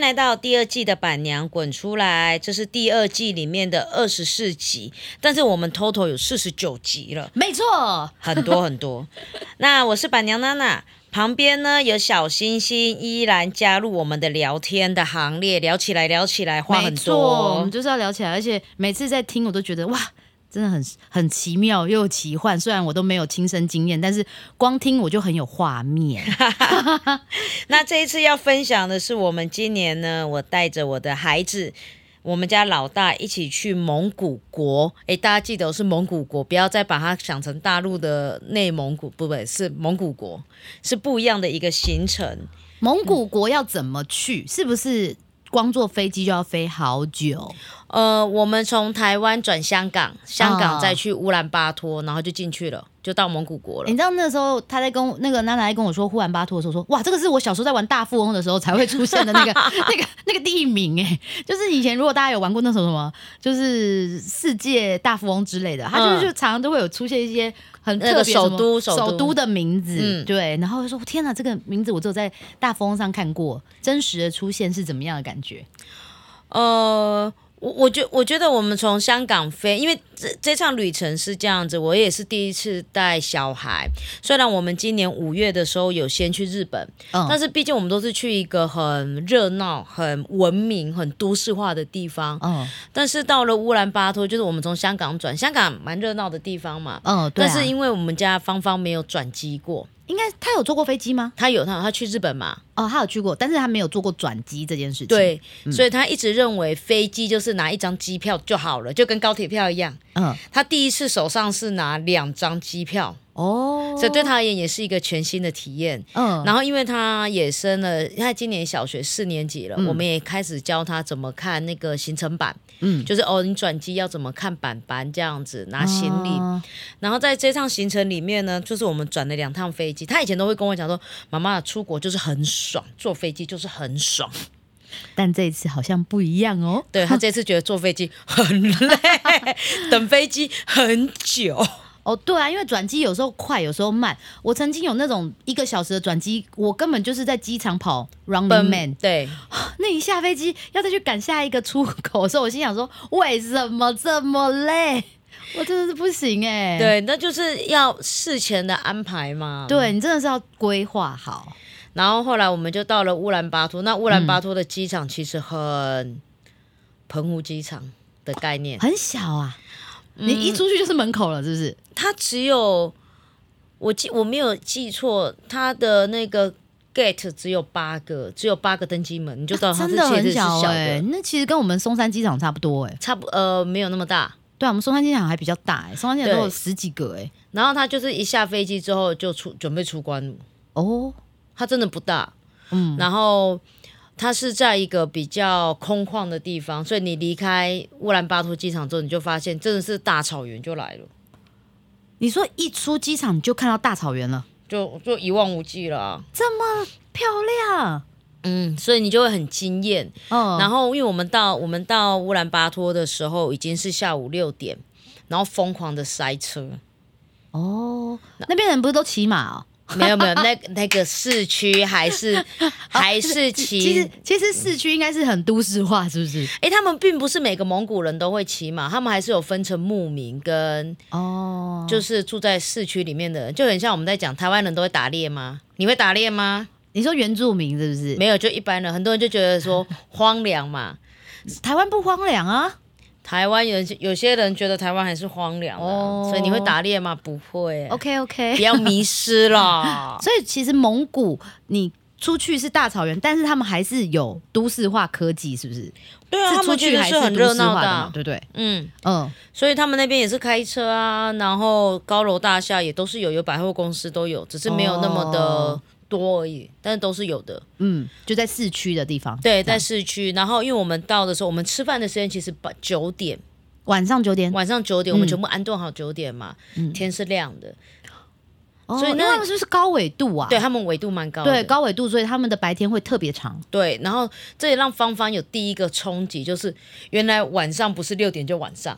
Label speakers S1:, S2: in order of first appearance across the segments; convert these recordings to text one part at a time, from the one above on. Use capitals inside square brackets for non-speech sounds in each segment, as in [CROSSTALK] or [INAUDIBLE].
S1: 带到第二季的板娘滚出来，这是第二季里面的二十四集，但是我们 total 有四十九集了，
S2: 没错，
S1: 很多很
S2: [LAUGHS]
S1: 多。那我是板娘娜娜。旁边呢有小星星依然加入我们的聊天的行列，聊起来聊起来话
S2: 没
S1: 很
S2: 错，我
S1: 多哦
S2: 们，就是要聊起来，而且每次在听我都觉得哇。真的很很奇妙又奇幻，虽然我都没有亲身经验，但是光听我就很有画面。
S1: [LAUGHS] 那这一次要分享的是，我们今年呢，我带着我的孩子。我们家老大一起去蒙古国，诶，大家记得哦是蒙古国，不要再把它想成大陆的内蒙古，不不，是蒙古国，是不一样的一个行程。
S2: 蒙古国要怎么去？是不是光坐飞机就要飞好久？
S1: 呃，我们从台湾转香港，香港
S2: 哦
S1: 再去乌兰巴托，然后就进去了，就到蒙古国了
S2: 你。知道那时候他在跟我那个娜娜在跟我说呼兰巴托的时候说，哇，这个是我小时候在玩大富翁的时候才会出现的
S1: [LAUGHS]
S2: 那个那个那个地名哎、就是以前如果大家有玩过那时候什么，就是世界大富翁之类的，它就
S1: 嗯
S2: 是就常常都会有出现一些很
S1: 那个
S2: 特别
S1: 首
S2: 什么
S1: 都首
S2: 首
S1: 都
S2: 的名字，
S1: 嗯
S2: 对，然后就说天哪，这个名字我只有在大富翁上看过，真实的出现是怎么样的感觉？
S1: 呃，我我觉我觉得我们从香港飞，因为这这趟旅程是这样子，我也是第一次带小孩。虽然我们今年五月的时候有先去日本，
S2: 嗯
S1: 但是毕竟我们都是去一个很热闹、很文明、很都市化的地方。
S2: 嗯
S1: 但是到了乌兰巴托，就是我们从香港转，香港蛮热闹的地方嘛。
S2: 嗯，对、啊，
S1: 但是因为我们家芳芳没有转机过，
S2: 应该他有坐过飞机吗？
S1: 她有她她去日本嘛，
S2: 哦，他有去过，但是他没有做过转机这件事情。，
S1: 对，
S2: 嗯
S1: 所以她一直认为飞机就是拿一张机票就好了，就跟高铁票一样。
S2: 嗯，
S1: 他第一次手上是拿两张机票，
S2: 哦，
S1: 所以对他而言也是一个全新的体验。
S2: 嗯，
S1: 然后，因为他也升了，他今年小学四年级了，
S2: 嗯
S1: 我们也开始教他怎么看那个行程板，
S2: 嗯，
S1: 就是哦，你转机要怎么看板板这样子拿行李。
S2: 哦
S1: 然后在这趟行程里面呢，就是我们转了两趟飞机。他以前都会跟我讲说，妈妈出国就是很爽，坐飞机就是很
S2: [LAUGHS]
S1: 爽。
S2: 但这一次好像不一样哦。
S1: 对他这次觉得坐飞机很累， [LAUGHS] 等飞机很
S2: [LAUGHS]
S1: 久。
S2: 哦，对啊，因为转机有时候快，有时候慢。我曾经有那种一个小时的转机，我根本就是在机场跑 Running
S1: 嗯，
S2: Man。
S1: 对。
S2: 那一下飞机要再去赶下一个出口的时候，我心想说，为什么这么累？我真的是不行哎、。
S1: 对，那就是要事前的安排嘛。，
S2: 对你真的是要规划好，
S1: 然后后来我们就到了乌兰巴托。那乌兰
S2: 嗯
S1: 巴托的机场其实很澎湖机场的概念，
S2: 很小啊，你一出去就是门口了，是不是？
S1: 它只有我记我没有记错，它的那个 gate 只有八个，只有八个登机门，你就知道它
S2: 啊真
S1: 是
S2: 的
S1: 其实
S2: 很
S1: 是小
S2: 小
S1: 的，
S2: 哎、那其实跟我们松山机场差不多哎、
S1: 差不呃没有那么大。
S2: 对啊，我们松山机场还比较大哎、松山机场都
S1: 对
S2: 有十几个哎、
S1: 然后它就是一下飞机之后就出准备出关了，
S2: 哦，
S1: 它真的不大。
S2: 嗯，
S1: 然后它是在一个比较空旷的地方，所以你离开乌兰巴托机场之后，你就发现真的是大草原就来了，
S2: 你说一出机场你就看到大草原了，
S1: 就就一望无际了啊、
S2: 这么漂亮，
S1: 嗯，所以你就会很惊艳。
S2: 嗯，
S1: 然后，因为我们到我们到乌兰巴托的时候已经是下午六点，然后疯狂的塞车。
S2: 哦，那边人不是都骑马哦？
S1: 没有没
S2: [LAUGHS]
S1: 有，那那个市区还是还是
S2: 其
S1: 骑
S2: 实，其实市区应该是很都市化，是不是？
S1: 诶，他们并不是每个蒙古人都会骑马，他们还是有分成牧民跟
S2: 哦，
S1: 就是住在市区里面的人，就很像我们在讲台湾人都会打猎吗？你会打猎吗？
S2: 你说原住民是不是？
S1: 没有，就一般人，很多人就觉得 [LAUGHS] 说荒凉嘛。
S2: 台湾不荒凉啊，
S1: 台湾有有些人觉得台湾还是荒凉的啊、
S2: 哦
S1: 所以你会打猎吗？不会、
S2: ，OK
S1: 不
S2: OK。。
S1: 要迷失了
S2: 所以其实蒙古你出去是大草原，但是他们还是有都市化科技，是不是？
S1: [LAUGHS] 对啊，他
S2: 是出
S1: 们其
S2: 去
S1: 实
S2: 还
S1: 是很
S2: 都
S1: 热
S2: 市
S1: 闹
S2: 化
S1: 的
S2: 的
S1: 啊、
S2: 嘛，对不对？
S1: 嗯，
S2: 嗯，
S1: 所以他们那边也是开车啊，然后高楼大厦也都是有，有百货公司都有，只是没有那么的
S2: 哦
S1: 多而已，但是都是有的。
S2: 嗯，就在市区的地方。
S1: 对，
S2: 这
S1: 在
S2: 样
S1: 市区。然后因为我们到的时候，我们吃饭的时间其实八九点，
S2: 晚上九点，
S1: 晚上九
S2: 嗯
S1: 点，我们全部安顿好九点嘛，天是亮的，所
S2: 所
S1: 以
S2: 以
S1: 那
S2: 哦他们是不是高纬度啊？
S1: 对他们纬度蛮高的，
S2: 对，高纬度，所以他们的白天会特别长。
S1: 对然后这也让芳芳有第一个冲击，就是原来晚上不是六点就晚上，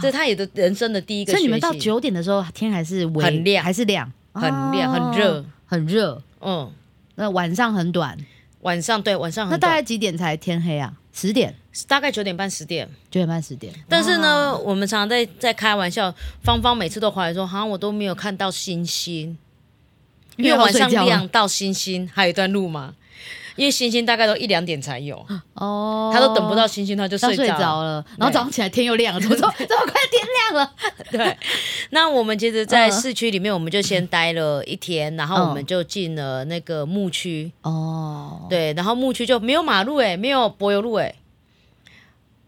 S1: 这是她也的人生的第一个学
S2: 啊所以
S1: 习，
S2: 你们到九点的时候，天还是微
S1: 很亮
S2: 还是亮，
S1: 很亮
S2: 哦
S1: 很热，
S2: 很热。
S1: 嗯，
S2: 那晚上很短，
S1: 晚上对晚上很
S2: 那大
S1: 短
S2: 概几点才天黑啊？十点，
S1: 大概九点半十点。
S2: 九点半十点。
S1: 但是呢，我们常常在在开玩笑，芳芳每次都怀疑说，好像我都没有看到星星，因为
S2: 越后
S1: 晚上
S2: 睡觉
S1: 亮
S2: 吗
S1: 到星星还有一段路嘛，因为星星大概都一两点才有，
S2: 哦，
S1: 他都等不到星星，他就
S2: 他
S1: 睡
S2: 睡
S1: 着
S2: 着了，然后早上起来天又亮了，怎么怎么 [LAUGHS] 怎么快天亮了？
S1: 对，那我们其实，在
S2: 嗯
S1: 市区里面，我们就先待了一天，然后我们就进了那个牧区，
S2: 哦，，
S1: 对，然后牧区就没有马路哎、没有柏油路哎、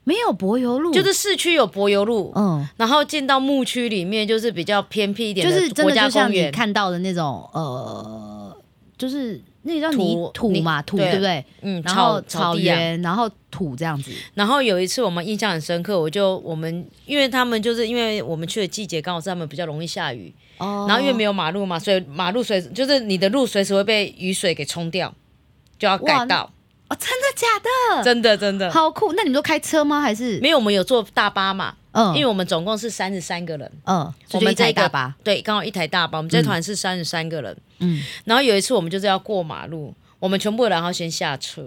S2: 没有柏油路，
S1: 就是市区有柏油路，
S2: 嗯，
S1: 然后进到牧区里面就是比较偏僻一点
S2: 就是真
S1: 国
S2: 的
S1: 家
S2: 就
S1: 公
S2: 像你
S1: 园，
S2: 看到的那种呃，就是那个叫泥
S1: 土
S2: 土嘛，
S1: 泥
S2: 土
S1: 对
S2: 对不对？
S1: 嗯，
S2: 然后
S1: 草
S2: 草
S1: 地啊。
S2: 原，然后土这样子，
S1: 然后有一次我们印象很深刻，我就我们因为他们就是因为我们去的季节刚好是他们比较容易下雨，
S2: 哦
S1: 然后因为没有马路嘛，所以马路随就是你的路随时会被雨水给冲掉，就要
S2: 哇
S1: 改
S2: 那
S1: 道，
S2: 哦，真的假的？
S1: 真的真的。
S2: 好酷！那你们都开车吗？还是
S1: 没有，我们有坐大巴嘛，
S2: 嗯
S1: 因为我们总共是三十三个人，
S2: 嗯，
S1: 我
S2: 所以就
S1: 们
S2: 一台
S1: 这个
S2: 大巴，
S1: 对，刚好一台大巴，我们这团是三十三个人。
S2: 嗯，
S1: 然后有一次我们就是要过马路，我们全部人要先下车，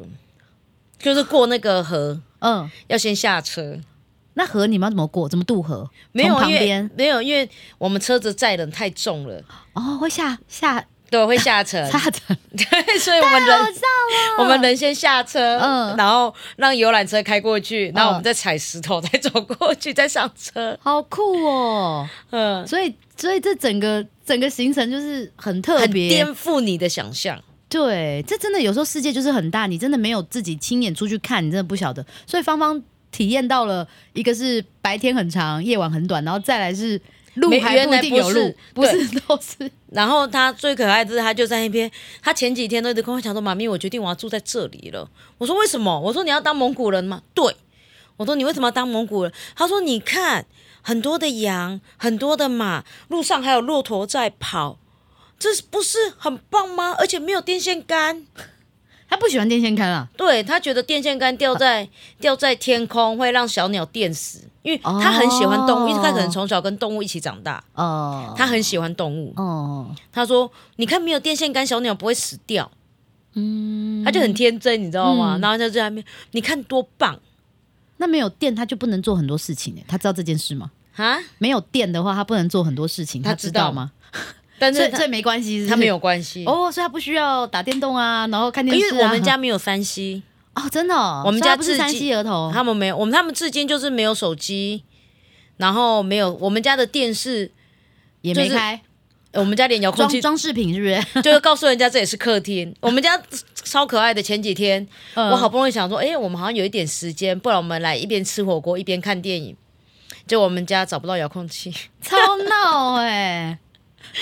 S1: 就是过那个河
S2: 嗯，
S1: 要先下车，
S2: 那河你们要怎么过？怎么渡河？
S1: 没有
S2: 从旁
S1: 因为
S2: 边
S1: 没有因为我们车子载人太重了，
S2: 哦，会下下
S1: 对，会下
S2: [LAUGHS]
S1: 沉，
S2: 下的，
S1: [LAUGHS] 对，所以我们人
S2: 我知道
S1: 我们人先下车，
S2: 嗯
S1: 然后让游览车开过去，然后我们
S2: 嗯
S1: 再踩石头，再走过去，再上车，
S2: 好酷哦！
S1: 嗯，
S2: 所以所以这整个整个行程就是很特
S1: 很
S2: 别，
S1: 颠覆你的想象。
S2: 对，这真的有时候世界就是很大，你真的没有自己亲眼出去看，你真的不晓得。所以芳芳体验到了一个是白天很长，夜晚很短，然后再来是路
S1: 没
S2: 还
S1: 原
S2: 不一
S1: 来
S2: 定
S1: 不
S2: 有
S1: 是
S2: 路，不
S1: 对
S2: 是都是
S1: 然后他最可爱的是，他就在那边，他前几天都一直跟我讲说：“妈咪，我决定我要住在这里了。”我说：“为什么？”我说：“你要当蒙古人吗？”对，我说：“你为什么要当蒙古人？”他说：“你看，很多的羊，很多的马，路上还有骆驼在跑，这不是很棒吗？而且没有电线杆。”
S2: 他不喜欢电线杆啊，
S1: 对他觉得电线杆掉在掉在天空会让小鸟电死，因为他很喜欢动物，
S2: 哦
S1: 因为他可能从小跟动物一起长大，
S2: 哦，
S1: 他很喜欢动物。
S2: 哦，
S1: 他说：“你看，没有电线杆，小鸟不会死掉。”
S2: 嗯，
S1: 他就很天真，你知道吗？
S2: 嗯
S1: 然后就在那边，你看多棒
S2: 那没有电他就不能做很多事情哎，他知道这件事吗？
S1: 啊！
S2: 没有电的话，他不能做很多事情，
S1: 他
S2: 他
S1: 知
S2: 知
S1: 道
S2: 道吗？
S1: 但
S2: 所
S1: 是
S2: 以所以没关系，是不
S1: 他
S2: 是
S1: 没有关系，
S2: 哦，所以他不需要打电动啊，然后看
S1: 因
S2: 电视、啊，
S1: 为我们家没有三 C，
S2: 哦，真的哦、
S1: 我们
S2: 所以
S1: 家
S2: 他不是
S1: 自己
S2: 三 C 儿童，
S1: 他们没有，我们他们至今就是没有手机，然后没有我们家的电视，
S2: 也
S1: 就
S2: 没
S1: 是
S2: 开
S1: 呃我们家连遥控
S2: 装
S1: 器
S2: 装饰品是不是？
S1: [LAUGHS] 就是告诉人家这也是客
S2: [LAUGHS]
S1: 厅。我们家超可爱的，前几天
S2: 嗯
S1: 我好不容易想说，哎、我们好像有一点时间，不然我们来一边吃火锅一边看电影。就我们家找不到遥控器，
S2: [LAUGHS] 超闹哎、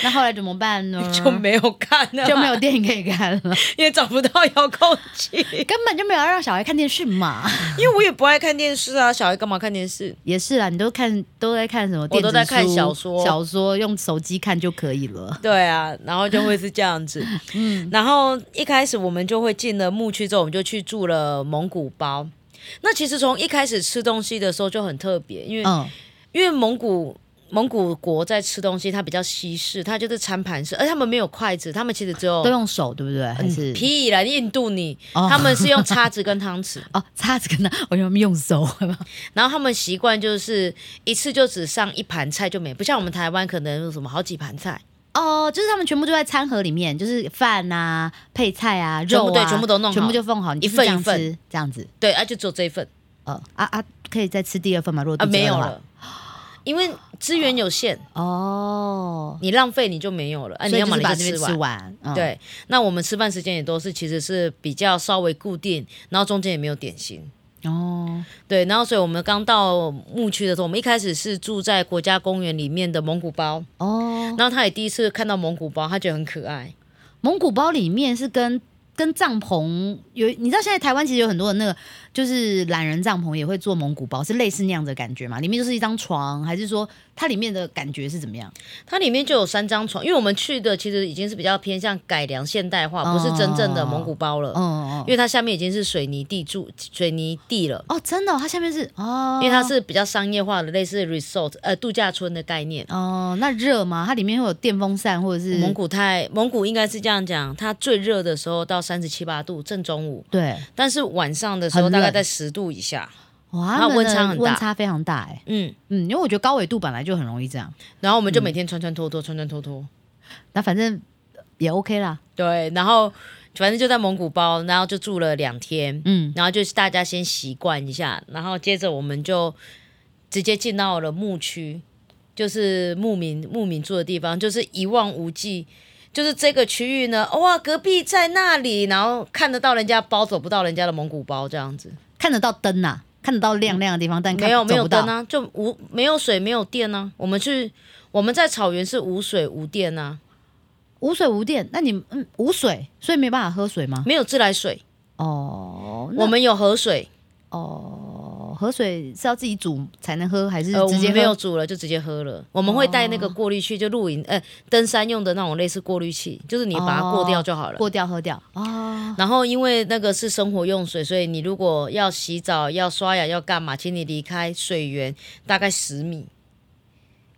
S2: 那后来怎么办呢
S1: [LAUGHS] ？就没有看了，
S2: 嗯就没有，电影可以看
S1: [LAUGHS]
S2: 了，
S1: 因为找不到遥控器。
S2: 根本就没有要让小孩看电
S1: [LAUGHS]
S2: 视嘛。
S1: 因为我也不爱看电视啊，小孩干嘛看电视？
S2: 也是啦，你都看都在看什么？
S1: 我都在看
S2: 电子书
S1: 小说
S2: 小说用手机看就可以了。
S1: 对啊，然后就会是这样子。嗯，然后一开始我们就会进了牧区之后，我们就去住了蒙古包。那其实从一开始吃东西的时候就很特别，因为
S2: 嗯，
S1: 因为蒙古蒙古国在吃东西，它比较西式，它就是餐盘式，而他们没有筷子，他们其实只有
S2: 嗯
S1: 嗯
S2: 都用手对不对？还是、
S1: 哦屁啦，印度你、
S2: 哦
S1: 他们是用叉子跟汤匙，
S2: 哦，叉子跟他， [LAUGHS] 我用用手，
S1: 然后他们习惯就是一次就只上一盘菜就没，不像我们台湾可能有什么好几盘菜，
S2: 哦，就是他们全部都在餐盒里面，就是饭啊、配菜啊、
S1: 全部
S2: 肉啊，
S1: 对全部都弄好
S2: 全部就放好，你就是
S1: 一份
S2: 这样
S1: 一份
S2: 吃这样子。
S1: 对，啊就只有这一份
S2: 呃啊啊，可以再吃第二份吗？如果
S1: 啊
S2: 肚子
S1: 没
S2: 饿
S1: 有
S2: 的话
S1: 了，因为资源有限，
S2: 哦，
S1: 你浪费你就没有了，啊你
S2: 所以
S1: 要
S2: 就
S1: 么
S2: 是
S1: 你
S2: 把
S1: 就
S2: 这边
S1: 吃
S2: 吃
S1: 完。
S2: 完，嗯，
S1: 对，那我们吃饭时间也都是其实是比较稍微固定，然后中间也没有点心。
S2: 哦，
S1: 对，然后所以我们刚到牧区的时候，我们一开始是住在国家公园里面的蒙古包，
S2: 哦，
S1: 然后他也第一次看到蒙古包，他觉得很可爱。
S2: 蒙古包里面是跟跟帐篷有，你知道现在台湾其实有很多的那个，就是懒人帐篷也会做蒙古包，是类似那样的感觉嘛？里面就是一张床，还是说它里面的感觉是怎么样？
S1: 它里面就有三张床，因为我们去的其实已经是比较偏向改良现代化，不是真正的蒙古包了，
S2: 嗯嗯
S1: 因为它下面已经是水泥地柱、水泥地了。
S2: 哦，真的哦、它下面是哦，
S1: 因为它是比较商业化的，类似 resort 呃度假村的概念。
S2: 哦，那热吗？它里面会有电风扇或者是
S1: 蒙古太蒙古应该是这样讲，它最热的时候到三十七八度，正中午，
S2: 对，
S1: 但是晚上的时候
S2: 很
S1: 大
S2: 冷
S1: 概在十度以下。
S2: 哇，
S1: 它
S2: 它们
S1: 温
S2: 的
S1: 差很大
S2: 温差非常大哎、
S1: 嗯，
S2: 嗯，因为我觉得高纬度本来就很容易这样，
S1: 然后我们
S2: 嗯
S1: 就每天穿穿脱脱，穿穿脱脱。
S2: 那反正也 OK 啦，
S1: 对，然后反正就在蒙古包，然后就住了两天，
S2: 嗯，
S1: 然后就是大家先习惯一下，然后接着我们就直接进到了牧区，就是牧民牧民住的地方，就是一望无际。就是这个区域呢，哇，隔壁在那里，然后看得到人家包，走不到人家的蒙古包这样子，
S2: 看得到灯呐、啊看得到亮亮的地方，但看
S1: 嗯没有没
S2: 走
S1: 有
S2: 不到
S1: 灯啊，就无没有水，没有电啊。我们去我们在草原是无水无电啊，
S2: 无水无电，那你嗯无水，所以没办法喝水吗？
S1: 没有自来水，
S2: 哦，
S1: 嗯
S2: 那
S1: 我们有河水，
S2: 哦，河水是要自己煮才能喝，还是
S1: 呃，我
S2: 直接
S1: 们没
S2: 喝
S1: 有煮了，就直接喝了。我们会带
S2: 哦
S1: 那个过滤器，就露营呃登山用的那种类似过滤器，就是你把它过掉就好了。
S2: 过掉喝掉？哦，
S1: 然后因为那个是生活用水，所以你如果要洗澡、要刷牙、要干嘛，请你离开水源大概十米，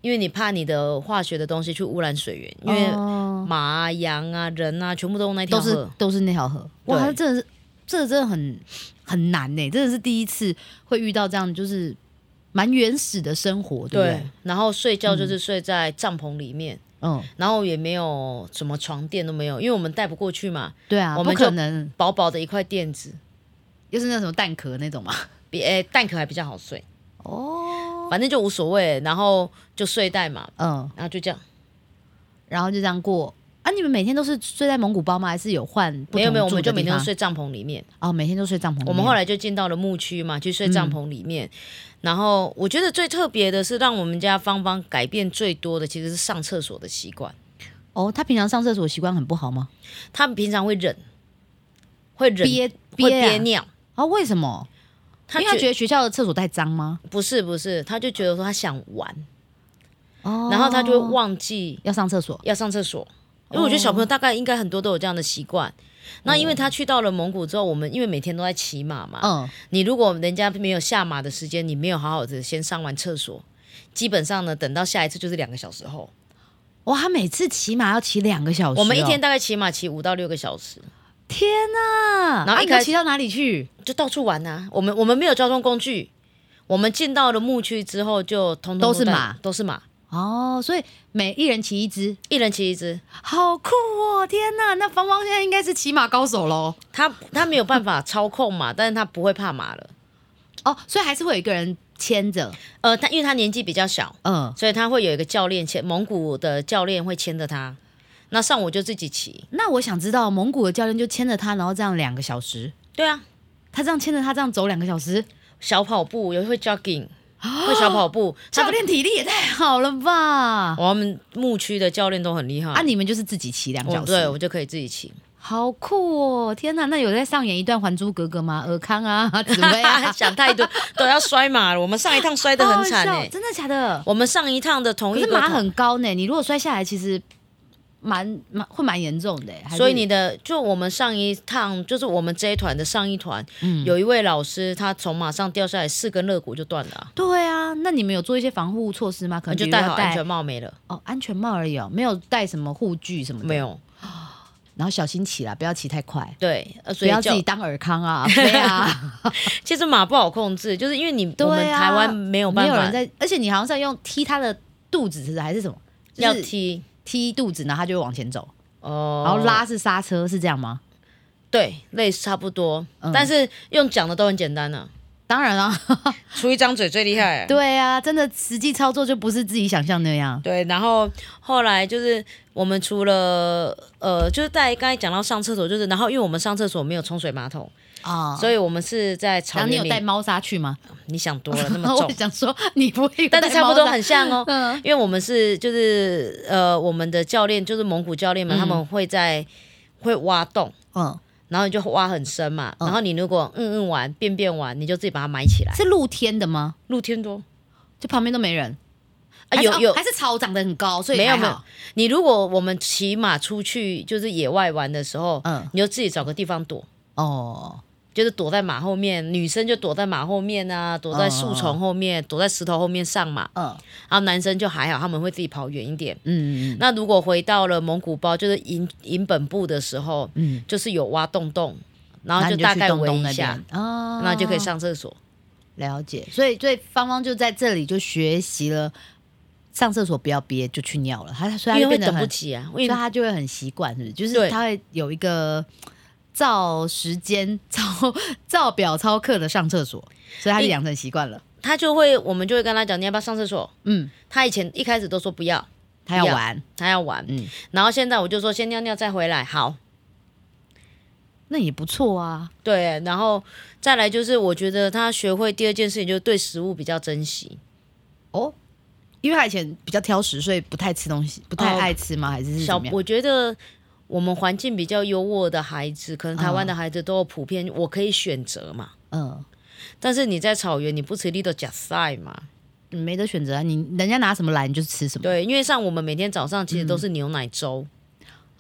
S1: 因为你怕你的化学的东西去污染水源，因为
S2: 哦
S1: 马啊、羊啊、人啊，全部都用那条
S2: 都
S1: 河。
S2: 是都是那条河，哇，
S1: 对
S2: 它真的是这个真的很很难呢、真的是第一次会遇到这样，就是蛮原始的生活，对不嗯对？
S1: 对，然后睡觉就是睡在帐篷里面，
S2: 嗯，
S1: 然后也没有什么床垫都没有，因为我们带不过去嘛，
S2: 对啊，
S1: 我们
S2: 不可
S1: 就
S2: 能，
S1: 薄薄的一块垫子，
S2: 又是那什么蛋壳那种嘛。
S1: 比诶、蛋壳还比较好睡，
S2: 哦，
S1: 反正就无所谓，然后就睡袋嘛，
S2: 嗯，
S1: 然后就这样，
S2: 然后就这样过。啊，你们每天都是睡在蒙古包吗？还是有换不同
S1: 没有没有，我
S2: 住的
S1: 们就每
S2: 地
S1: 天都
S2: 方
S1: 睡帐篷里面，
S2: 哦，每天都睡帐篷里面。
S1: 我们后来就进到了牧区嘛，去睡
S2: 嗯
S1: 帐篷里面，然后我觉得最特别的是让我们家芳芳改变最多的其实是上厕所的习惯，
S2: 哦，他平常上厕所习惯很不好吗？
S1: 她平常会忍，会忍
S2: 憋
S1: 会
S2: 憋啊
S1: 憋尿，
S2: 啊？为什么？因
S1: 她
S2: 为他
S1: 觉
S2: 觉得学校的厕所太脏吗？
S1: 不是不是，他就觉得说他想玩，
S2: 哦，
S1: 然后他就会忘记
S2: 要上厕所。
S1: 要上厕所，因为我觉得小朋
S2: 哦
S1: 友大概应该很多都有这样的习惯。那因为他去到了蒙古之后，我们因为每天都在骑马嘛，
S2: 嗯，
S1: 你如果人家没有下马的时间，你没有好好的先上完厕所，基本上呢，等到下一次就是两个小时后。
S2: 哇，他每次骑马要骑两个小时哦、
S1: 我们一天大概骑马骑五到六个小时，
S2: 天哪、
S1: 然后
S2: 啊
S1: 一
S2: 你要
S1: 开始
S2: 骑到哪里去？
S1: 就到处玩啊。我们我们没有交通工具，我们进到了牧区之后就通通
S2: 都是
S1: 带
S2: 马
S1: 都是马，
S2: 哦，所以每一人骑一只，
S1: 一人骑一只。
S2: 好酷哦！天哪，那芳芳现在应该是骑马高手喽。
S1: 他他没有办法操控马，但是他不会怕马了。
S2: 哦，所以还是会有一个人牵着，
S1: 呃，他因为他年纪比较小，
S2: 嗯。
S1: 所以他会有一个教练牵，蒙古的教练会牵着他。那上午就自己骑，
S2: 那我想知道，蒙古的教练就牵着他，然后这样两个小时，
S1: 对啊，
S2: 他这样牵着他这样走两个小时，
S1: 小跑步，有会 jogging，会小跑步。他
S2: 哦教
S1: 的
S2: 练体力也太好了吧？
S1: 我们牧区的教练都很厉害，
S2: 啊，你们就是自己骑两个
S1: 我
S2: 小时，
S1: 哦对我就可以自己骑。
S2: 好酷哦！天哪，那有在上演一段《还珠格格》吗？尔康啊，紫薇
S1: [LAUGHS]
S2: 啊，
S1: 想太多，都要摔马了。我们上一趟摔得很惨
S2: 好
S1: 哎、
S2: 好笑真的假的？
S1: 我们上一趟的同
S2: 可
S1: 一
S2: 是
S1: 个
S2: 马
S1: 团，
S2: 很高呢，你如果摔下来，其实蛮蛮会蛮严重的。还是
S1: 所以你的就我们上一趟就是我们这一团的上一团，
S2: 嗯
S1: 有一位老师他从马上掉下来，四根肋骨就断了啊、
S2: 对啊，那你们有做一些防护措施吗？可能
S1: 就
S2: 比如
S1: 戴
S2: 要
S1: 好安全帽没了，
S2: 哦安全帽而已哦，没有戴什么护具什么的。
S1: 没，有。
S2: 然后小心骑啦，不要骑太快，
S1: 对，呃所
S2: 不
S1: 以
S2: 要自
S1: 叫
S2: 己当尔康啊， [LAUGHS] 对啊，
S1: 其实马不好控制，就是因为你、
S2: 对啊
S1: 我们台湾没 [LAUGHS] 有
S2: 没
S1: 办
S2: 有
S1: 法
S2: 人在，而且你好像是要用踢他的肚子是还是什么？就
S1: 要
S2: 是
S1: 踢
S2: 踢肚子，然后他就会往前走，
S1: 哦，
S2: 然后拉是刹车，是这样吗？
S1: 对类似差不多，
S2: 嗯
S1: 但是用讲的都很简单呢、
S2: 当
S1: [LAUGHS]
S2: 然啊，
S1: 出一张嘴最厉害、
S2: 对啊，真的实际操作就不是自己想象那样。
S1: 对，然后后来就是我们除了呃，就是在刚才讲到上厕所，就是然后因为我们上厕所没有冲水马桶，
S2: 啊、
S1: 哦所以我们是在草
S2: 然后你
S1: 原
S2: 有
S1: 里。
S2: 带猫砂去吗？
S1: 你想多了，那
S2: [LAUGHS]
S1: 么
S2: 我
S1: 重，
S2: 想说你不会，
S1: 但是差不多很。像哦。
S2: 嗯，
S1: 因为我们是就是呃，我们的教练就是蒙古教练嘛，他们会在会挖洞，
S2: 嗯，
S1: 然后你就挖很深嘛，
S2: 嗯
S1: 然后你如果嗯嗯完便便完，你就自己把它埋起来。
S2: 是露天的吗？
S1: 露天多，
S2: 就旁边都没人，
S1: 哎、啊
S2: 还是
S1: 有
S2: 哦
S1: 有
S2: 还是草长得很高，所以
S1: 没有
S2: 还
S1: 没有
S2: 好，
S1: 你如果我们骑马出去就是野外玩的时候，
S2: 嗯
S1: 你就自己找个地方躲，
S2: 哦，
S1: 就是躲在马后面，女生就躲在马后面啊，躲在树丛后面，躲在石头后面上马，
S2: 嗯
S1: 然后男生就还好，他们会自己跑远一点。
S2: 嗯嗯
S1: 那如果回到了蒙古包，就是营营本部的时候，
S2: 嗯，
S1: 就是有挖洞洞，然
S2: 然
S1: 后
S2: 后
S1: 就
S2: 你
S1: 大
S2: 去
S1: 概
S2: 东
S1: 围
S2: 东
S1: 一
S2: 那
S1: 下
S2: 边，哦，
S1: 那就可以上厕所。
S2: 了解。所以所以芳芳就在这里就学习了上厕所不要憋就去尿了，她所以她
S1: 因
S2: 就
S1: 为会
S2: 变得
S1: 等不
S2: 很，
S1: 及啊，
S2: 所
S1: 因
S2: 以
S1: 为
S2: 她就会很习惯，是不是？就是
S1: 对
S2: 她会有一个。照时间、照照表、操课的上厕所，所以她就
S1: 一
S2: 养成习惯了。
S1: 他就会，我们就会跟他讲，你要不要上厕所？
S2: 嗯，
S1: 他以前一开始都说不要，
S2: 她要
S1: 要
S2: 玩。
S1: 他要玩，
S2: 嗯
S1: 然后现在我就说先尿尿再回来，好，
S2: 那也不错啊。
S1: 对，然后再来就是我觉得他学会第二件事情就是对食物比较珍惜，
S2: 哦，因为他以前比较挑食，所以不太吃东西，不太
S1: 哦
S2: 爱吃吗？还是是
S1: 小
S2: 怎么样？
S1: 我觉得。我们环境比较优渥的孩子，可能台湾
S2: 嗯
S1: 的孩子都有普遍，我可以选择嘛。
S2: 嗯，
S1: 但是你在草原，你不吃力都假塞嘛？
S2: 你没得选择啊，你人家拿什么来你就吃什么。
S1: 对，因为像我们每天早上其实都是
S2: 嗯
S1: 牛奶粥，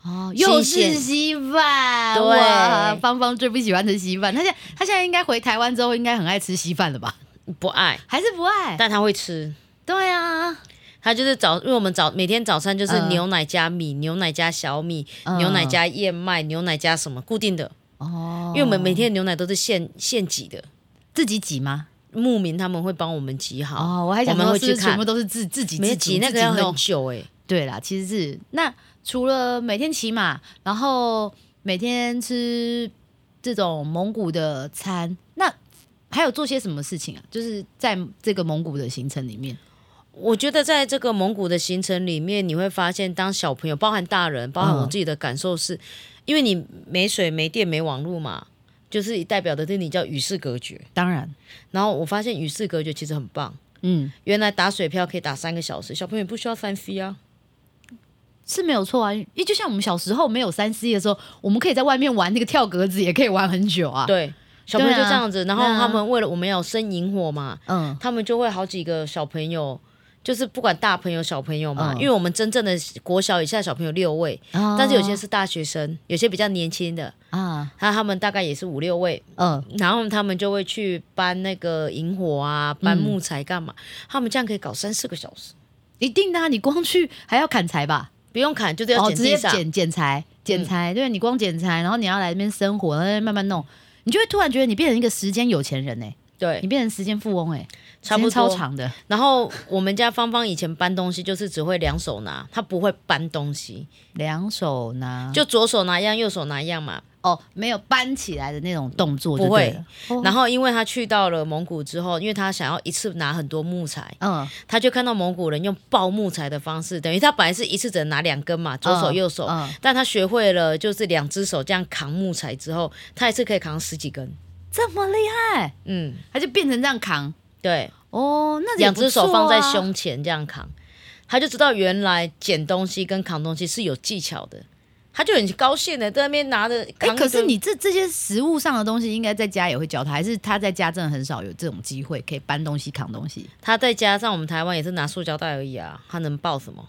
S2: 哦，
S1: 新
S2: 又是
S1: 鲜
S2: 稀饭，
S1: 对
S2: 哇，芳芳最不喜欢吃稀饭。她现在她现在应该回台湾之后，应该很爱吃稀饭
S1: [LAUGHS]
S2: 了吧？
S1: 不爱，
S2: 还是不爱？
S1: 但他会吃。
S2: 对啊，
S1: 他就是早，因为我们早每天早餐就是
S2: 嗯
S1: 牛奶加米、牛奶加小米、
S2: 嗯
S1: 牛奶加燕麦、牛奶加什么固定的，
S2: 哦，
S1: 因为我们每天的牛奶都是现现挤的。
S2: 自己挤吗？
S1: 牧民他们会帮我们挤好，
S2: 哦，我还想
S1: 我们
S2: 说
S1: 会
S2: 是不
S1: 去
S2: 是全
S1: 看
S2: 部，都是自自己
S1: 没
S2: 自己
S1: 挤那
S2: 自
S1: 个
S2: 己
S1: 要很
S2: 弄。
S1: 久哎、
S2: 对啦，其实是那除了每天骑马，然后每天吃这种蒙古的餐，那还有做些什么事情啊？就是在这个蒙古的行程里面，
S1: 我觉得在这个蒙古的行程里面，你会发现，当小朋友，包含大人，
S2: 嗯
S1: 包含我自己的感受是，因为你没水、没电、没网络嘛，就是代表的是你叫与世隔绝。
S2: 当然，
S1: 然后我发现与世隔绝其实很棒，
S2: 嗯，
S1: 原来打水漂可以打三个小时，小朋友不需要三 C 啊。
S2: 是没有错啊。因为就像我们小时候没有三 C 的时候，我们可以在外面玩那个跳格子，也可以玩很久啊。，
S1: 对，小朋友就
S2: 对啊
S1: 这样子。然后
S2: 对啊
S1: 他们为了我们要有生萤火嘛，
S2: 嗯，
S1: 他们就会好几个小朋友。就是不管大朋友小朋友嘛，
S2: 嗯哦
S1: 因为我们真正的国小以下小朋友六位，但是有些是大学生，有些比较年轻的，
S2: 啊，
S1: 那他们大概也是五六位，
S2: 嗯，
S1: 然后他们就会去搬那个萤火啊，搬木材干嘛？他们这样可以搞三四个小时，
S2: 一定的、啊，你光去还要砍柴吧？
S1: 不用砍，就是要
S2: 哦，
S1: 捡
S2: 直
S1: 地
S2: 接
S1: 上。嗯
S2: 剪剪裁，剪裁，对你光剪裁，然后你要来这边生活，然后慢慢弄，你就会突然觉得你变成一个时间有钱人哎、你
S1: 对，
S2: 变成时间富翁哎、
S1: 差不多
S2: 时间超长的，
S1: 然后我们家芳芳以前搬东西就是只会两手拿，她不会搬东西，
S2: 两手拿
S1: 就左手拿一样，右手拿一样嘛。
S2: 哦，没有搬起来的那种动作就
S1: 不
S2: 对
S1: 会
S2: 了，
S1: 然后因为她去到了蒙古之后，因为她想要一次拿很多木材，
S2: 嗯
S1: 她就看到蒙古人用抱木材的方式，等于她本来是一次只能拿两根嘛，左手
S2: 嗯
S1: 右手。
S2: 嗯
S1: 但她学会了，就是两只手这样扛木材之后，她一次可以扛十几根。
S2: 这么厉害，
S1: 嗯，
S2: 他就变成这样扛
S1: 对，
S2: 哦，那也
S1: 两
S2: 不错
S1: 只
S2: 啊
S1: 手放在，胸前这样扛，他就知道原来捡东西跟扛东西是有技巧的，他就很高兴的在那边拿着
S2: 哎、
S1: 扛一堆。
S2: 可是你这这些食物上的东西，应该在家也会教他，还是他在家真的很少有这种机会可以搬东西、扛东西？
S1: 他再加上我们台湾也是拿塑胶袋而已啊，他能抱什么？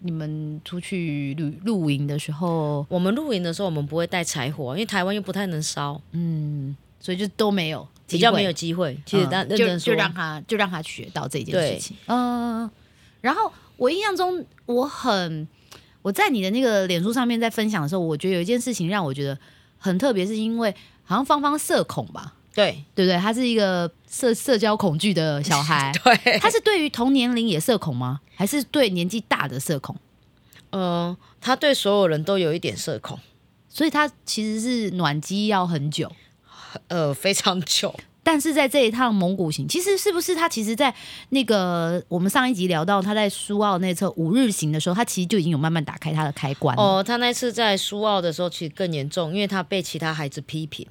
S2: 你们出去露露营的时候，
S1: 我们露营的时候我们不会带柴火，啊因为台湾又不太能烧，
S2: 所以就都没有
S1: 比
S2: 机
S1: 较
S2: 会
S1: 没有机会。其实他
S2: 嗯
S1: 认
S2: 就
S1: 真
S2: 就
S1: 说，
S2: 让他就让他学到这件事
S1: 对
S2: 情。嗯，然后我印象中我很我在你的那个脸书上面在分享的时候，我觉得有一件事情让我觉得很特别，是因为好像芳芳社恐吧，
S1: 对。
S2: 对不对？他是一个社社交恐惧的小孩
S1: [LAUGHS] 对，
S2: 他是对于同年龄也社恐吗？还是对年纪大的社恐？
S1: 嗯，他对所有人都有一点社恐，
S2: 所以他其实是暖机要很久。
S1: 呃， [LAUGHS] 非常久。
S2: 但是在这一趟蒙古行，其实是不是他其实，在那个我们上一集聊到他在苏澳那侧五日行的时候，他其实就已经有慢慢打开他的开关了。
S1: 哦，他那次在苏澳的时候其实更严重，因为他被其他孩子批评，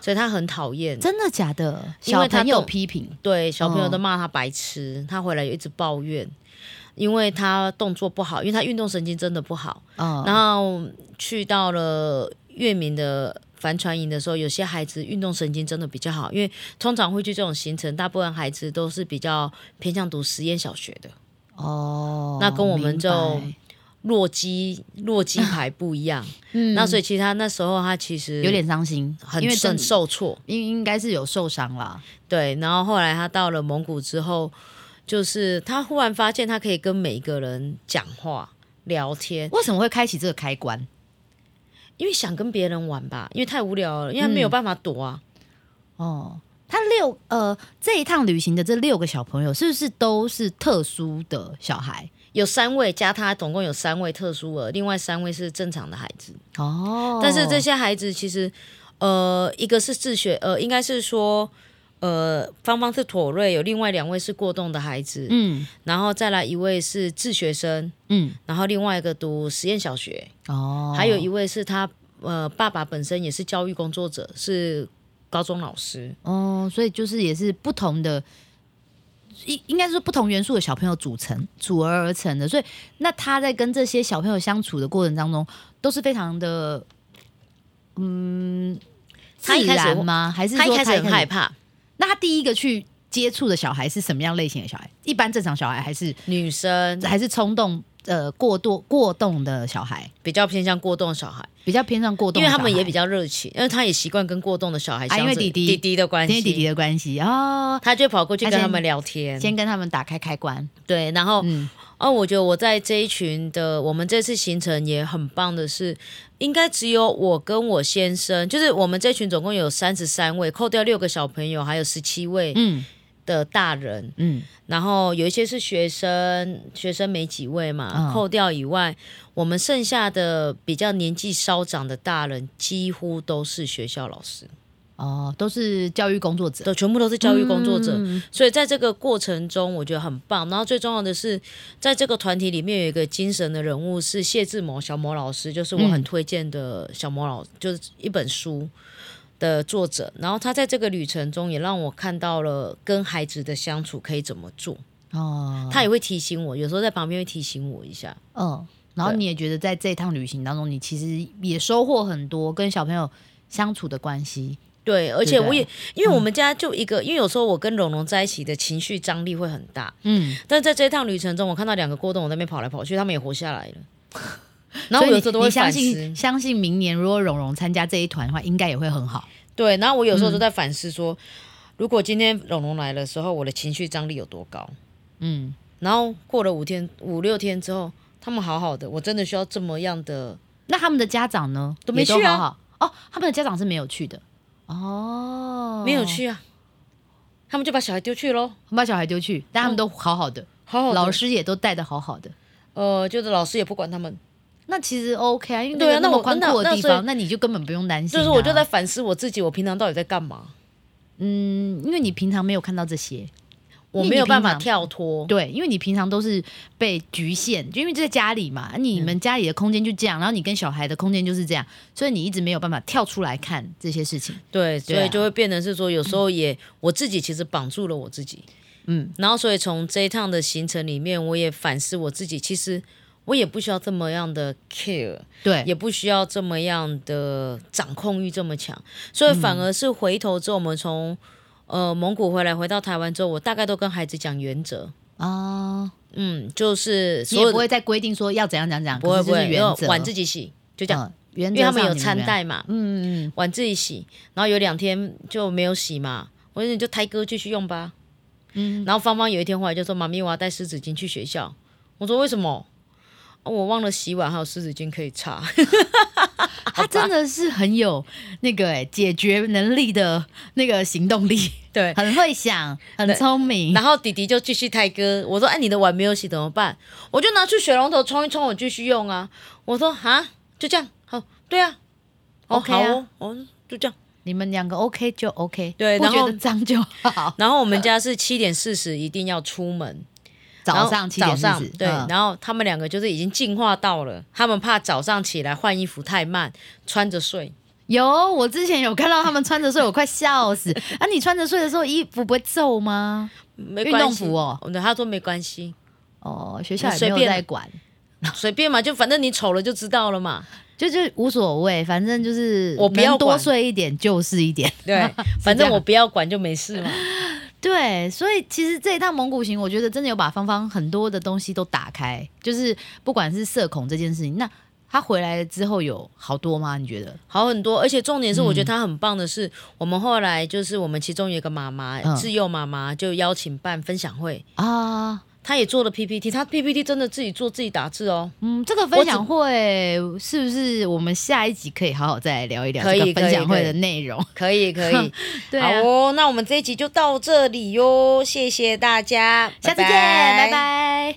S1: 所以他很讨厌。
S2: 真的假的？
S1: 因为
S2: 小
S1: 他
S2: 朋友
S1: 懂
S2: 批评，
S1: 对，小朋友
S2: 嗯
S1: 都骂他白痴，他回来也一直抱怨，因为他动作不好，因为
S2: 哦
S1: 他运动神经真的不好。
S2: 嗯，
S1: 然后去到了月明的，帆船营的时候，有些孩子运动神经真的比较好，因为通常会去这种行程，大部分孩子都是比较偏向读实验小学的，
S2: 哦，
S1: 那跟我们就
S2: 明
S1: 弱鸡弱鸡牌不一样。
S2: 白
S1: 那所以其实他那时候他其实
S2: 嗯有点伤心，
S1: 很
S2: 因为真
S1: 很受挫，
S2: 应应该是有受伤啦。
S1: 对。然后后来他到了蒙古之后，就是他忽然发现他可以跟每一个人讲话聊天，
S2: 为什么会开启这个开关？
S1: 因为想跟别人玩吧，因为太无聊了，因为他没
S2: 嗯
S1: 有办法躲啊。
S2: 哦，他六呃这一趟旅行的这六个小朋友是不是都是特殊的小孩？
S1: 有三位加他，总共有三位特殊儿，另外三位是正常的孩子。
S2: 哦，
S1: 但是这些孩子其实，呃，一个是自学，呃，应该是说，呃，芳芳是妥瑞，有另外两位是过动的孩子，
S2: 嗯
S1: 然后再来一位是自学生，
S2: 嗯
S1: 然后另外一个读实验小学，
S2: 哦，
S1: 还有一位是他，呃，爸爸本身也是教育工作者，是高中老师。
S2: 哦，所以就是也是不同的，应应该是不同元素的小朋友组成组而而成的。所以那他在跟这些小朋友相处的过程当中，都是非常的，嗯，
S1: 他
S2: 自
S1: 一开始
S2: 然吗？还是
S1: 他
S2: 说
S1: 一开始很害
S2: 怕？
S1: 怕，
S2: 那他第一个去接触的小孩是什么样类型的小孩？一般正常小孩还是
S1: 女生
S2: 还是冲动呃过度过动的小孩？
S1: 比较偏向过动小孩。
S2: 比较偏向过动
S1: 因
S2: 的
S1: 为
S2: 小孩，啊
S1: 他们也比较热情，因为他也习惯跟过动的小孩相处，
S2: 因为弟弟
S1: 弟弟的关
S2: 因为
S1: 系，
S2: 弟弟的关系哦，
S1: 他就跑过去跟他们聊天，
S2: 先跟他们打开开关，
S1: 对，然后、
S2: 嗯，
S1: 哦，我觉得我在这一群的，我们这次行程也很棒的是，应该只有我跟我先生，就是我们这群总共有三十三位，扣掉六个小朋友，还有十七位
S2: 嗯
S1: 的大人，
S2: 嗯
S1: 然后有一些是学生，学生没几位嘛，
S2: 嗯
S1: 扣掉以外，我们剩下的比较年纪稍长的大人，几乎都是学校老师。
S2: 哦，都是教育工作者，
S1: 都全部都是教育工作者，
S2: 嗯
S1: 所以在这个过程中，我觉得很棒。然后最重要的是，在这个团体里面有一个精神的人物是谢志摩小魔老师，就是
S2: 嗯
S1: 我很推荐的小魔老，就是一本书的作者。然后他在这个旅程中也让我看到了跟孩子的相处可以怎么做，
S2: 哦，
S1: 他也会提醒我，有时候在旁边会提醒我一下。
S2: 嗯，然后
S1: 对
S2: 你也觉得在这趟旅行当中，你其实也收获很多跟小朋友相处的关系，
S1: 对，而且
S2: 对嗯
S1: 我也因为我们家就一个，因为有时候我跟蓉蓉在一起的情绪张力会很大，
S2: 嗯，
S1: 但在这一趟旅程中，我看到两个过动，我在那边跑来跑去，他们也活下
S2: [LAUGHS]
S1: 来了。然
S2: 所
S1: 后
S2: 以
S1: 我有时候都
S2: 你
S1: 会
S2: 你相
S1: 反
S2: 信
S1: 思，
S2: 相信明年如果蓉蓉参加这一团的话，应该也会很好，
S1: 对，然后我有时
S2: 嗯
S1: 候都在反思说，如果今天龙龙来的时候，我的情绪张力有多高？
S2: 嗯，
S1: 然后过了五天、五六天之后，他们好好的，我真的需要这么样的？
S2: 那他们的家长呢，
S1: 都没
S2: 也都
S1: 去啊
S2: 好好哦，他们的家长是没有去的，哦，
S1: 没有，去啊，他们就把小孩丢去喽，
S2: 把小孩丢去，
S1: 嗯
S2: 但他们都好好的，
S1: 好好的
S2: 老，师也都带的好好的。
S1: 呃，就是老师也不管他们，
S2: 那其实 OK 啊，因为
S1: 对啊
S2: 那
S1: 那
S2: 么
S1: 我
S2: 宽
S1: 那
S2: 阔的
S1: 那
S2: 地
S1: 所以
S2: 方，那你就根本不用担心、
S1: 就
S2: 啊
S1: 是我就在，反思我自己，我平常到底在干嘛？
S2: 嗯，因为你平常没有看到这些，
S1: 我没有办法
S2: 因为你平常
S1: 跳脱，
S2: 对，因为你平常都是被局限，就因为在家里嘛，
S1: 嗯
S2: 你们家里的空间就这样，然后你跟小孩的空间就是这样，所以你一直没有办法跳出来看这些事情。
S1: 对，嗯
S2: 对
S1: 所
S2: 啊
S1: 以就会变成是说，有时候也、我自己其实绑住了我自己，
S2: 嗯，
S1: 然后所以从这一趟的行程里面，我也反思我自己，其实我也不需要这么样的 care，
S2: 对，
S1: 也不需要这么样的掌控欲这么强，所以反而是回头之后，我们从呃蒙古回来回到台湾之后，我大概都跟孩子讲原则，
S2: 啊，
S1: 嗯，就是
S2: 你
S1: 所
S2: 也
S1: 有
S2: 不会再规定说要怎样怎样怎样，
S1: 不会
S2: 可
S1: 不
S2: 是就是
S1: 会，
S2: 原则
S1: 晚自己洗，就这样，
S2: 嗯原
S1: 因
S2: 则
S1: 为他们
S2: 上
S1: 有
S2: 你
S1: 餐
S2: 原
S1: 袋嘛，
S2: 嗯嗯嗯，
S1: 晚自己洗，然后有两天就没有洗嘛，我说你就胎哥继续用吧。嗯，然后芳芳有一天回来就说：“妈咪，我要带湿纸巾去学校。”我说：“为什么？”哦我忘了洗碗，还有湿纸巾可以擦。 [LAUGHS]
S2: 他 [LAUGHS] 真的是很有那个哎、解决能力的那个行动力，
S1: 对，
S2: 很会想，很
S1: 对
S2: 聪明。
S1: 然后弟弟就继续胎哥。我说：“哎，你的碗没有洗怎么办？”我就拿去水龙头冲一冲，我继续用啊。我说：“啊，就这样，好，对啊，哦
S2: OK 啊
S1: 好哦，哦，就这样。”
S2: 你们两个 OK 就 OK，
S1: 对
S2: 不
S1: 然
S2: 觉
S1: 后
S2: 得脏就好。
S1: 然后我们家是七点四十一定要出门，然
S2: 早
S1: 后
S2: 上七
S1: [LAUGHS]
S2: 点
S1: 早上
S2: 四十
S1: 对，
S2: 嗯
S1: 然后他们两个就是已经进化到了，他们怕早上起来换衣服太慢，穿着睡。
S2: 有我之前有看到他们穿着睡，我快笑
S1: [LAUGHS]
S2: 死。啊，你穿着睡的时候衣服不会皱吗？
S1: 没
S2: 运
S1: 关
S2: 动
S1: 系
S2: 服哦，
S1: 对，他说没关系，
S2: 哦，学校也
S1: 随
S2: 没有
S1: 便
S2: 在管。
S1: 随便嘛，就反正你丑了就知道了
S2: [LAUGHS]
S1: 嘛。
S2: 就就无所谓，反正就是
S1: 我不要
S2: 能多
S1: 管
S2: 睡一点就是一点。
S1: 对，反正我不要管就没事
S2: [LAUGHS]
S1: 嘛。
S2: 对，所以其实这一趟蒙古行，我觉得真的有把芳芳很多的东西都打开，就是不管是社恐这件事情，那她回来之后有好多吗？你觉得？
S1: 好很多，而且重点
S2: 嗯
S1: 是，我觉得他很棒的是，我们后来就是我们其中有一个妈妈，
S2: 嗯
S1: 自幼妈妈就邀请办分享会，
S2: 啊，
S1: 她也做了 PPT，她 PPT 真的自己做自己打字哦，
S2: 嗯，这个分享会是不是我们下一集可以好好再聊一聊
S1: 可以
S2: 这个分享
S1: 可
S2: 会
S1: 以哦
S2: 的内
S1: [LAUGHS]
S2: 容？
S1: 可以可
S2: [LAUGHS]
S1: 以，
S2: 对
S1: 好
S2: 啊，
S1: 哦，那我们这一集就到这里哟，谢谢大家，
S2: 下次见，拜拜